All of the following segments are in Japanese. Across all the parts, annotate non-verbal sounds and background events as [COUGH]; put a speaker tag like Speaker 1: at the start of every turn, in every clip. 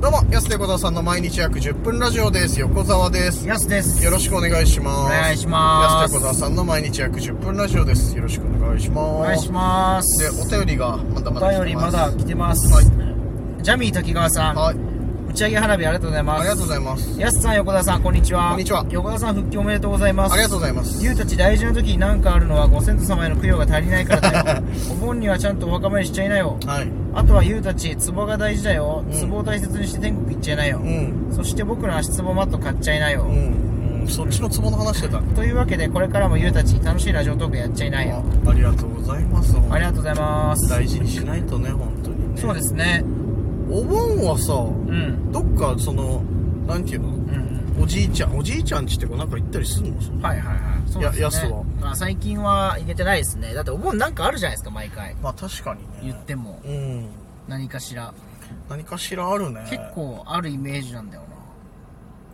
Speaker 1: どうも、安手小沢さんの毎日約10分ラジオです。横澤です。よ
Speaker 2: やすです
Speaker 1: ろしくお願いします。
Speaker 2: お願いします
Speaker 1: 安手小沢さんの毎日約10分ラジオです。よろしくお願いします。
Speaker 2: お願いします
Speaker 1: で、お便りがまだまだ
Speaker 2: お便りまだ
Speaker 1: 来て
Speaker 2: 来てます、
Speaker 1: はい
Speaker 2: ジャミー滝川さん、
Speaker 1: ますはい。
Speaker 2: 打ち上げ花火ありがとうございます
Speaker 1: ありがとうございます。
Speaker 2: やすさん横田さんこんにちは
Speaker 1: こんにちは
Speaker 2: 横田さん復帰おめでとうございます
Speaker 1: ありがとうございます。
Speaker 2: ゆうたち大事な時に何かあるのはご先祖様への供養が足りないからだよ
Speaker 1: [LAUGHS]
Speaker 2: お盆にはちゃんとお墓参りしちゃいなよ
Speaker 1: はい。
Speaker 2: あとはゆうたち壺が大事だよ
Speaker 1: うん
Speaker 2: 壺を大切にして天国行っちゃいなよ
Speaker 1: う、ん。
Speaker 2: そして僕の足つぼマット買っちゃいなよ、
Speaker 1: うん。うんそっちのツボの話してた。
Speaker 2: というわけでこれからもゆうたち楽しいラジオトークやっちゃいなよ
Speaker 1: あありがとうございます。
Speaker 2: ありがとうございます
Speaker 1: 大事にしないとね、本当にね。
Speaker 2: そうですね
Speaker 1: お盆はさ、
Speaker 2: うん
Speaker 1: どっかその、なんていうの
Speaker 2: うんうん
Speaker 1: おじいちゃん、おじいちゃんちってこうなんか行ったりすんのその
Speaker 2: はいはいはい。そうですね。
Speaker 1: ややすは
Speaker 2: あ最近は行けてないですね。だってお盆なんかあるじゃないですか、毎回。
Speaker 1: まあ確かにね。
Speaker 2: 言っても、
Speaker 1: うん。
Speaker 2: 何かしら。
Speaker 1: 何かしらあるね。
Speaker 2: 結構あるイメージなんだよ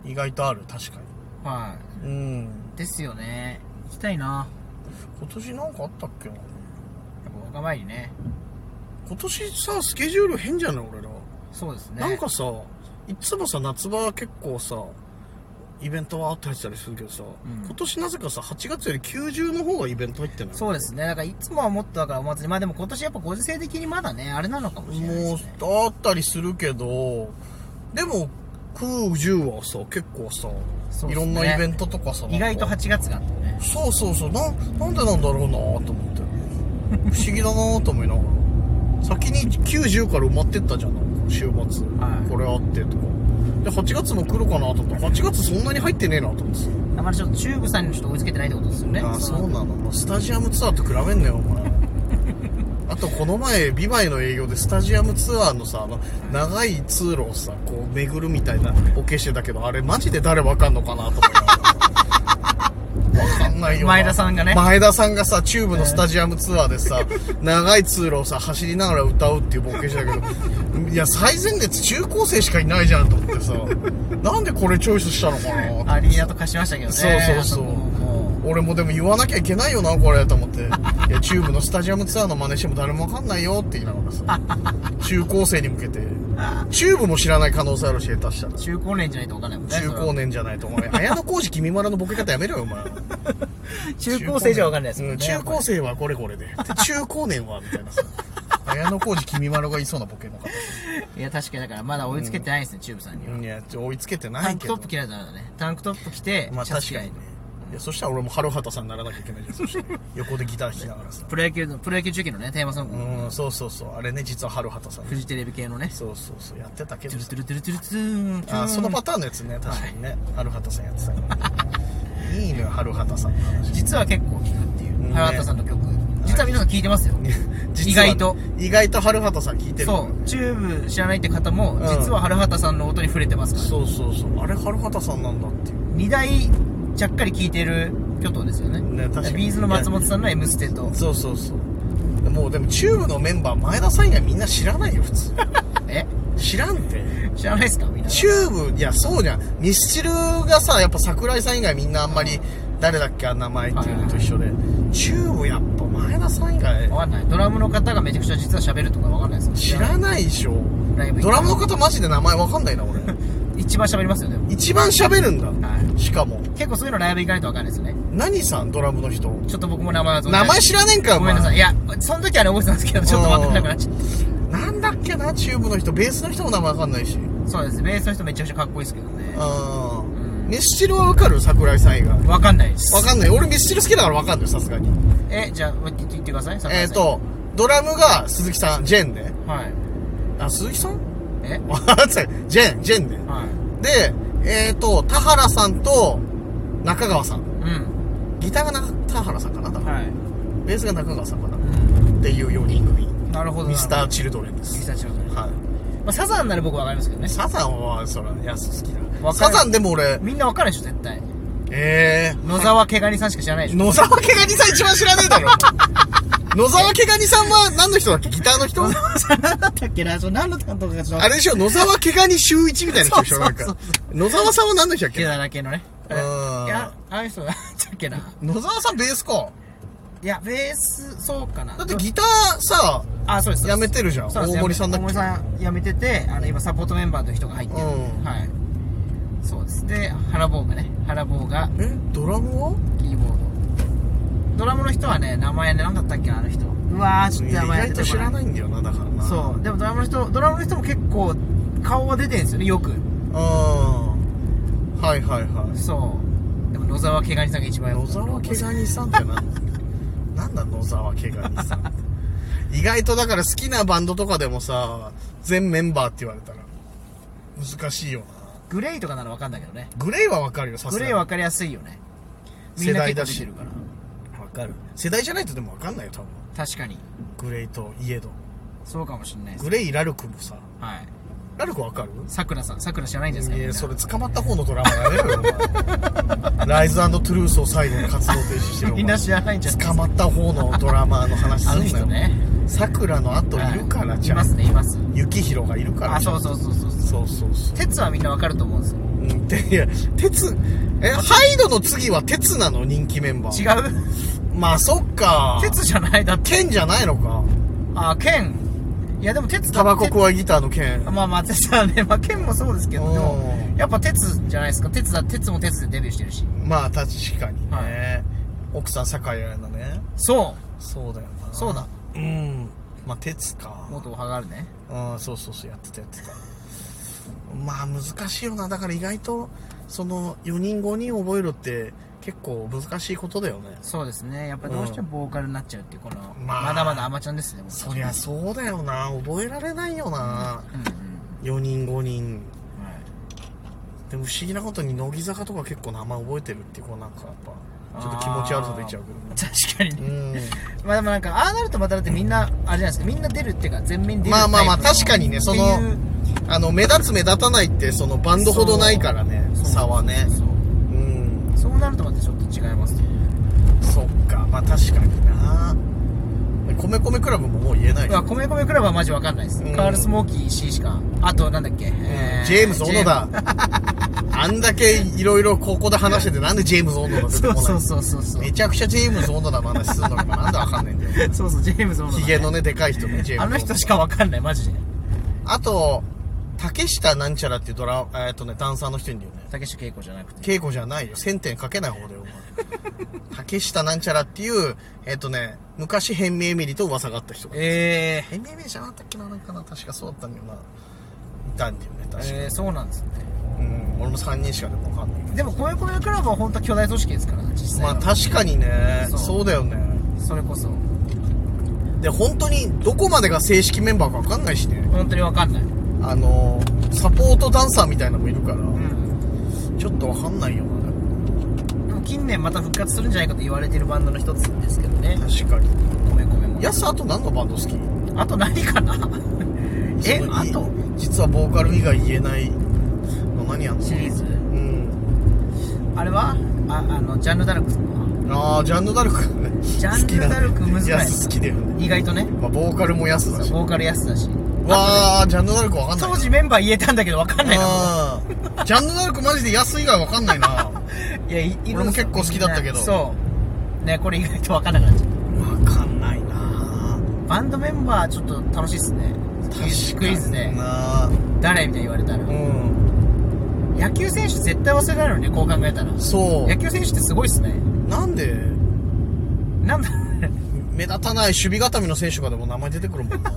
Speaker 1: 意外とある、確か
Speaker 2: な。は
Speaker 1: に。うん。
Speaker 2: い。ですよね。行きたいな。
Speaker 1: 今年なんかあったっけな
Speaker 2: やっぱお墓参りね。
Speaker 1: 今年さ、スケジュール変じゃない俺ら。
Speaker 2: そうですね。
Speaker 1: なんかさ、いつもさ、夏場は結構さ、イベントはあって入ってたりするけどさ、
Speaker 2: ん
Speaker 1: 今年なぜかさ、8月より90の方がイベント入ってない
Speaker 2: そうですね。だからいつもはもっとだからお祭り。まあでも今年やっぱご時世的にまだね、あれなのかもしれない
Speaker 1: も
Speaker 2: で
Speaker 1: う
Speaker 2: すね。、
Speaker 1: あったりするけど、でも、9、10はさ、結構さ、
Speaker 2: そう
Speaker 1: い
Speaker 2: で
Speaker 1: ろ
Speaker 2: すね
Speaker 1: んなイベントとかさ、
Speaker 2: 意外と
Speaker 1: なんか
Speaker 2: 8月があったね。
Speaker 1: そうそうそう、な、なんでなんだろうなと思って。不思議だなと思いながら。先に90から埋まってったじゃん、なんか週末。
Speaker 2: はい
Speaker 1: これあってとか。で、8月も来るかなと思ったら、8月そんなに入ってねえなと思ってさ。
Speaker 2: あまりちょっと中部さんにちょっと追いつけてないってことですよね。
Speaker 1: ああ
Speaker 2: そ
Speaker 1: そ
Speaker 2: の
Speaker 1: うなのもうスタジアムツアーと比べんなよお
Speaker 2: [LAUGHS]
Speaker 1: 前あとこの前ビバイの営業でスタジアムツアーのさあの長い通路をさこう巡るみたいなボケしてたけどあれマジで誰わかんのかなと思いながらわかんないよな
Speaker 2: 前田さんがね
Speaker 1: 前田さんがさチューブのスタジアムツアーで
Speaker 2: [LAUGHS]
Speaker 1: さ、長い通路をさ走りながら歌うっていうボケしてたけどいや最前列中高生しかいないじゃんと思ってさなんでこれチョイスしたのかなと思って
Speaker 2: アリーナとかしましたけどね。
Speaker 1: そうそうそう
Speaker 2: あこもも
Speaker 1: 俺もでも言わなきゃいけないよなこれと思って [LAUGHS] いやチューブのスタジアムツアーの真似しても誰もわかんないよって言いながらさ中高生に向けてチューブも知らない可能性あるし下手したら
Speaker 2: う中高年じゃないと分かんないもんね。
Speaker 1: 中高年じゃないと思う綾小路君丸のボケ方やめろよお前
Speaker 2: [LAUGHS] 中高生じゃ分かんないですもんね。
Speaker 1: うん中高生はこれこれでで中高年はみたいなさ [LAUGHS] 綾小路君丸がいそうなボケの方
Speaker 2: いや、確かにだからまだ追いつけてないですね、チューブさんには。
Speaker 1: いやちょ追いつけてな
Speaker 2: タ
Speaker 1: い
Speaker 2: ンク
Speaker 1: け
Speaker 2: ト
Speaker 1: ど
Speaker 2: ップ着ないとダメだね。タンクトップ着て、
Speaker 1: まあ
Speaker 2: シャツ
Speaker 1: 確
Speaker 2: 着
Speaker 1: か
Speaker 2: ない
Speaker 1: に
Speaker 2: と
Speaker 1: ねいやそしたら俺も春畑さんにならなきゃいけないじゃんそして横でギター弾きながらさ
Speaker 2: プロ野球の、プロ野球中継のね、テーマソング、
Speaker 1: うんそうそうそうあれね実は春畑さん
Speaker 2: フジテレビ系のね、
Speaker 1: そうそうそうやってたけ
Speaker 2: トゥ
Speaker 1: ど
Speaker 2: ルトゥルトゥルトゥルトゥーン。
Speaker 1: あそのパターンのやつね確かにね、春畑さんやってた [LAUGHS] からいいのよ春畑さんの話 [LAUGHS]
Speaker 2: 実は結構聴くっていうう。
Speaker 1: ん
Speaker 2: 原田さんの曲。実は皆さん聴いてますよ。意
Speaker 1: 実は
Speaker 2: 外と。
Speaker 1: 意外と春畑さん聞いてるから
Speaker 2: そ
Speaker 1: ね
Speaker 2: う、チューブ知らないって方も、
Speaker 1: ん
Speaker 2: 実は原畑さんの音に触れてますから。
Speaker 1: そうそうそうあれ春畑さんなんだっていう
Speaker 2: 二大、ちゃっかり聴いてる巨頭ですよね。
Speaker 1: ね確かに
Speaker 2: ビーズの松本さんの M ステと。
Speaker 1: そうそうそうもうでもチューブのメンバー前田さん以外みんな知らないよ普 [LAUGHS] 通
Speaker 2: え
Speaker 1: 知らんて
Speaker 2: 知らないですかみんな。
Speaker 1: チューブいやそうじゃんミスチルがさやっぱ桜井さん以外みんなあんまり誰だっけあんな名前っていうのと一緒でチューブやっぱ前田さん以外
Speaker 2: わかんない。ドラムの方がめちゃくちゃ実は喋るとかわかんないですか
Speaker 1: 知らないでしょ
Speaker 2: ライブ行
Speaker 1: ド
Speaker 2: った
Speaker 1: ラムの方マジで名前わかんないな
Speaker 2: [LAUGHS]
Speaker 1: 俺
Speaker 2: 一番喋りますよね。
Speaker 1: 一番喋るんだ
Speaker 2: はい。
Speaker 1: しかも
Speaker 2: 結構そういうのライブ行かないとわかんないですよね。
Speaker 1: 何さんドラムの人
Speaker 2: ちょっと僕も名前は存じ上げ
Speaker 1: 名前知らねえんか
Speaker 2: ごめんなさい。いや、その時はね、覚えてたんですけど、ちょっとわかんなくなっちゃっ
Speaker 1: お前なんだっけなチューブの人ベースの人も名前わかんないし
Speaker 2: た。そうです。ベースの人めちゃくちゃかっこいいですけどね。
Speaker 1: あー
Speaker 2: ん
Speaker 1: ミスチルはわかる桜井さん以外
Speaker 2: わかんないです。
Speaker 1: わかんない俺ミスチル好きだからわかんないさすがに
Speaker 2: え、じゃあ、言ってください。
Speaker 1: えっ、ー、。とドラムが鈴木さんジェンで
Speaker 2: はい。
Speaker 1: あ鈴木さん [LAUGHS]
Speaker 2: え
Speaker 1: わかんないジェンジェンで
Speaker 2: はい。
Speaker 1: でえっ、ー、と田原さんと中川さん
Speaker 2: うん。
Speaker 1: ギターがな田原さんかな多分
Speaker 2: はい。
Speaker 1: ベースが中川さんかな
Speaker 2: う
Speaker 1: っていう4人組
Speaker 2: ん。なるほど。
Speaker 1: ミスタ
Speaker 2: ー。
Speaker 1: ー・チルドレンで
Speaker 2: ミス
Speaker 1: す
Speaker 2: ターチルドレン。ま
Speaker 1: は
Speaker 2: あ、サザンなら僕わかりますけどね
Speaker 1: い。サザンはそらやす好きだ
Speaker 2: わか
Speaker 1: サ
Speaker 2: る
Speaker 1: ザンでも俺
Speaker 2: みんなわかるでしょ、絶対。
Speaker 1: え
Speaker 2: 野沢けがりさんしか知らないで
Speaker 1: ー、
Speaker 2: しょ。
Speaker 1: 野沢けがにさん一番知らねえだ
Speaker 2: [LAUGHS]
Speaker 1: ろ野沢けがにさんは何の人だっけギターの
Speaker 2: [LAUGHS]
Speaker 1: 人
Speaker 2: 沢だったっけな、それ何の担当かちょっ
Speaker 1: あれでしょ野沢けがに周一みたいな人でしょなん
Speaker 2: そ
Speaker 1: か
Speaker 2: う
Speaker 1: 野沢さんは何の人だっ
Speaker 2: け
Speaker 1: け
Speaker 2: だらけのね。
Speaker 1: うん
Speaker 2: いや、ああいう人だったっけな。
Speaker 1: 野沢さんベースか
Speaker 2: いやベースそうかな
Speaker 1: だってギターさ
Speaker 2: あそうですそうです
Speaker 1: やめてるじゃん
Speaker 2: そうです
Speaker 1: 大森さんだっけ
Speaker 2: 大森さん辞めててあの今サポートメンバーの人が入ってる、
Speaker 1: うん
Speaker 2: はいそうですで原坊がね原坊が
Speaker 1: えドラムは
Speaker 2: キーボードドラムの人はね名前ね何だったっけなあの人うわーちょっ
Speaker 1: 意
Speaker 2: と名前
Speaker 1: 外と知ら
Speaker 2: い
Speaker 1: ないんだよなだからなう
Speaker 2: そうでもドラムの人ドラムの人も結構顔は出てるんですよねよく
Speaker 1: あーはいはいはい
Speaker 2: そうでも野沢毛ガニさんが一番
Speaker 1: 野沢毛ガニさんってなんなんだ野沢毛ガニさんって意外とだから好きなバンドとかでもさ全メンバーって言われたら難しいよな
Speaker 2: グレイとかならわかんだけどね
Speaker 1: グレイはわかるよさすが
Speaker 2: グレ
Speaker 1: に
Speaker 2: イわかりやすいよねみんな結構出てるから
Speaker 1: わかる世代じゃないとでもわかんないよ多分
Speaker 2: 確かに
Speaker 1: グレイといえど
Speaker 2: そうかもしれないです
Speaker 1: グレイラルクもさ
Speaker 2: はい
Speaker 1: ラルクわかる
Speaker 2: さくらさんさくら知らないんですか
Speaker 1: い
Speaker 2: みん
Speaker 1: や
Speaker 2: な
Speaker 1: それ捕まった方のドラマやめろよお前ライズトゥルースを最後に活動停止してるお前
Speaker 2: みんな知らないんじゃない
Speaker 1: 捕まった方のドラマの話す
Speaker 2: あの
Speaker 1: んな
Speaker 2: 人
Speaker 1: よ、
Speaker 2: ね
Speaker 1: さくらの後いるからじゃ
Speaker 2: います
Speaker 1: ん
Speaker 2: ねいます
Speaker 1: 雪広がいるから
Speaker 2: あ
Speaker 1: じゃん
Speaker 2: そうそうそうそう
Speaker 1: そうそうそう
Speaker 2: 鉄はみんなわかると思うんですよ
Speaker 1: うんていや鉄えハイドの次は鉄なの人気メンバー
Speaker 2: 違う
Speaker 1: まあそっか
Speaker 2: 鉄じゃないだって
Speaker 1: 剣じゃないのか
Speaker 2: あ剣いやでも鉄だ
Speaker 1: タバコ怖いギターの剣
Speaker 2: まあまあ鉄はね、 [LAUGHS] まあ、剣もそうですけどでも
Speaker 1: うん
Speaker 2: やっぱ鉄じゃないですか鉄だ鉄も鉄でデビューしてるし
Speaker 1: まあ確かにね、
Speaker 2: はい
Speaker 1: 奥さん酒井やなね
Speaker 2: そ
Speaker 1: そうだよな
Speaker 2: うそうだ
Speaker 1: うんまあ鉄か
Speaker 2: 元おはがあるね
Speaker 1: うんそうそうそうやってたやってたまあ難しいよなだから意外とその4人5人覚えるって結構難しいことだよね
Speaker 2: そうですねやっぱどうしてもボーカルになっちゃうっていうこの、
Speaker 1: まあ
Speaker 2: まだまだアマちゃんですね僕
Speaker 1: そりゃそうだよな覚えられないよな
Speaker 2: うんう
Speaker 1: 4
Speaker 2: ん
Speaker 1: 人5人
Speaker 2: はい
Speaker 1: でも不思議なことに乃木坂とか結構名前覚えてるっていうこうなんかやっぱちょっと気持ち悪さ出ちゃう
Speaker 2: 確かに
Speaker 1: け
Speaker 2: ね
Speaker 1: どねうん
Speaker 2: まあでもなんかああなるとまただってみんなあれじゃないですかみんな出るっていうか全面に出る
Speaker 1: まあまあまあ
Speaker 2: タイプの
Speaker 1: 確かにねその
Speaker 2: っていう
Speaker 1: あの目立つ目立たないってそのバンドほどないからね
Speaker 2: そう
Speaker 1: 差はね
Speaker 2: そう
Speaker 1: うん
Speaker 2: そうなるとまたちょっと違いますね
Speaker 1: そっかまあ確かにな米米クラブももう言えない、
Speaker 2: う
Speaker 1: よ
Speaker 2: わ米米クラブはマジわかんないです、
Speaker 1: うん
Speaker 2: カール・スモーキー C しかあとなんだっけ、え
Speaker 1: ジェームズ・オノダ [LAUGHS] あんだけいろいろここで話しててなんでジェームズ・オノダ出
Speaker 2: ジ
Speaker 1: て
Speaker 2: ェ
Speaker 1: こ
Speaker 2: ー
Speaker 1: な
Speaker 2: ム
Speaker 1: い
Speaker 2: ズそうそうそうそうそう
Speaker 1: めちゃくちゃジェームズ・オノダの話するのにもなんでわかんないんだよ
Speaker 2: そうそうジェームズ・オノダね
Speaker 1: ヒゲのねでかい人ねジェームズ
Speaker 2: あの人しかわかんないマジで
Speaker 1: あと竹下なんちゃらっていうドラえーっとねダンサーの人いるんだよね
Speaker 2: 竹下恵子じゃなくて
Speaker 1: 稽古じゃないよ。1000点かけない方だよ、
Speaker 2: [LAUGHS]
Speaker 1: お前竹下なんちゃらっていう、えっ、とね、昔、変名エミリと噂があった人が。
Speaker 2: え
Speaker 1: 変名エミリじゃなかったっけな、なんかな、確かそうだったんだよな。いたんだよね、確
Speaker 2: ー、
Speaker 1: か。
Speaker 2: えー、そうなんですね
Speaker 1: うん、俺も3人しかでもわかんないけど。
Speaker 2: でも米米クラブは本当巨大組織ですから実際
Speaker 1: ま
Speaker 2: は
Speaker 1: あ確かにね、
Speaker 2: そ
Speaker 1: そううだよね。
Speaker 2: それこそ
Speaker 1: で、本当にどこまでが正式メンバーかわかんないしね。
Speaker 2: 本当にわかんない
Speaker 1: あの、サポートダンサーみたいなのもいるから、
Speaker 2: うん
Speaker 1: ちょっとわかんないよな、でも
Speaker 2: でも近年また復活するんじゃないかと言われてるバンドの一つですけどね
Speaker 1: 確かに。
Speaker 2: 米米も
Speaker 1: やす、あと何のバンド好き
Speaker 2: あと何
Speaker 1: [LAUGHS]
Speaker 2: かなえ
Speaker 1: その
Speaker 2: あと
Speaker 1: 実はボーカル以外言えないの何やんの
Speaker 2: シリーズ
Speaker 1: うん
Speaker 2: あれはああのジャンヌ・ダルクさんは
Speaker 1: ああジャンヌ・ダルクね
Speaker 2: ジャンヌ
Speaker 1: 好きだね
Speaker 2: ダルクむずくな
Speaker 1: や
Speaker 2: い
Speaker 1: す好きだよね、
Speaker 2: 意外とね
Speaker 1: まあ、ボーカルもやすだし
Speaker 2: ボーカル安だし
Speaker 1: わあジャンヌ・ダルクわかんない
Speaker 2: 当時メンバー言えたんだけど分かんないなも
Speaker 1: あージャンヌ・ダルクマジでやす以外わかんないなわ
Speaker 2: ういやいいるんすよ
Speaker 1: 俺も結構好きだったけど
Speaker 2: そうねこれ意外と分かんなくなっちゃう
Speaker 1: かんないな
Speaker 2: バンドメンバーちょっと楽しいっすね
Speaker 1: 確かに
Speaker 2: クイズで
Speaker 1: な
Speaker 2: 誰みたいに言われたら
Speaker 1: うん
Speaker 2: 野球選手絶対忘れられるねこう考えたら
Speaker 1: そ
Speaker 2: 野球選手ってすごいっすね
Speaker 1: うなんで
Speaker 2: なんだ [LAUGHS] い
Speaker 1: 目立たない守備固めの選手とかでも名前出てくるもんな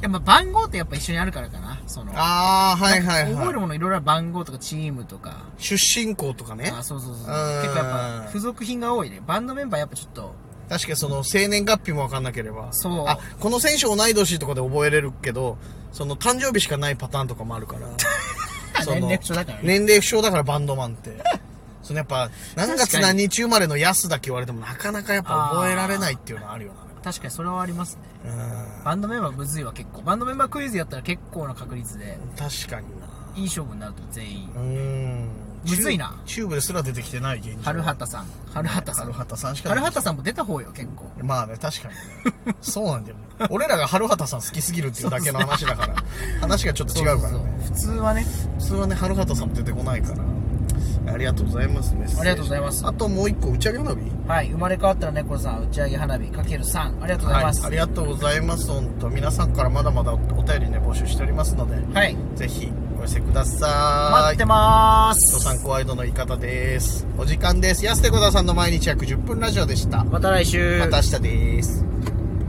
Speaker 2: やまあ番号ってやっぱ一緒にあるからかなその
Speaker 1: ああはいはい
Speaker 2: 覚える
Speaker 1: はい
Speaker 2: ものいろいろある番号とかチームとか
Speaker 1: 出身校とかね
Speaker 2: あそうそうそう
Speaker 1: う
Speaker 2: 結構
Speaker 1: ん
Speaker 2: やっぱ付属品が多いねバンドメンバーやっぱちょっと
Speaker 1: 確かにその生年月日も分かんなければ
Speaker 2: そう
Speaker 1: あこの選手同い年とかで覚えれるけどその誕生日しかないパターンとかもあるから
Speaker 2: [LAUGHS] 年齢不詳だからね
Speaker 1: 年齢不詳だからバンドマンってそのやっぱ何
Speaker 2: 確か
Speaker 1: 月
Speaker 2: に
Speaker 1: 何日生まれの安だけ言われてもなかなかやっぱ覚えられないっていうのはあるよ
Speaker 2: 確かにそれはありますね
Speaker 1: なうん
Speaker 2: バンドメンバーむずいわ結構バンドメンバークイズやったら結構な確率で
Speaker 1: 確かにない
Speaker 2: い勝負になると思う全員
Speaker 1: うん
Speaker 2: むずいな
Speaker 1: チューブですら出てきてない現状
Speaker 2: 春畑さん春畑さん
Speaker 1: 春畑さんしか出
Speaker 2: 春
Speaker 1: てきて
Speaker 2: 畑さんも出た方よ結構
Speaker 1: まあね、確かにね。そうなんだよね。俺らが春畑さん好きすぎるっていうだけの話だから、話がちょっと違うから
Speaker 2: そうそう
Speaker 1: ね。
Speaker 2: そう普通はね
Speaker 1: 普通はね、春畑さんも出てこないから、ありがとうございますメッセージ
Speaker 2: ありがとうございます
Speaker 1: あともう一個打ち上げ花火
Speaker 2: はい生まれ変わったら猫さん打ち上げ花火かける3ありがとうございます
Speaker 1: あ
Speaker 2: はい、
Speaker 1: りがとうございます本当皆さんからまだまだお便りね募集しておりますのでぜひお寄せくださ
Speaker 2: 待っ
Speaker 1: い
Speaker 2: てまー
Speaker 1: ド
Speaker 2: す
Speaker 1: サンコワイドの言い方ですお時間です安手小田さんの毎日約10分ラジオでしたま
Speaker 2: また来週
Speaker 1: た明日です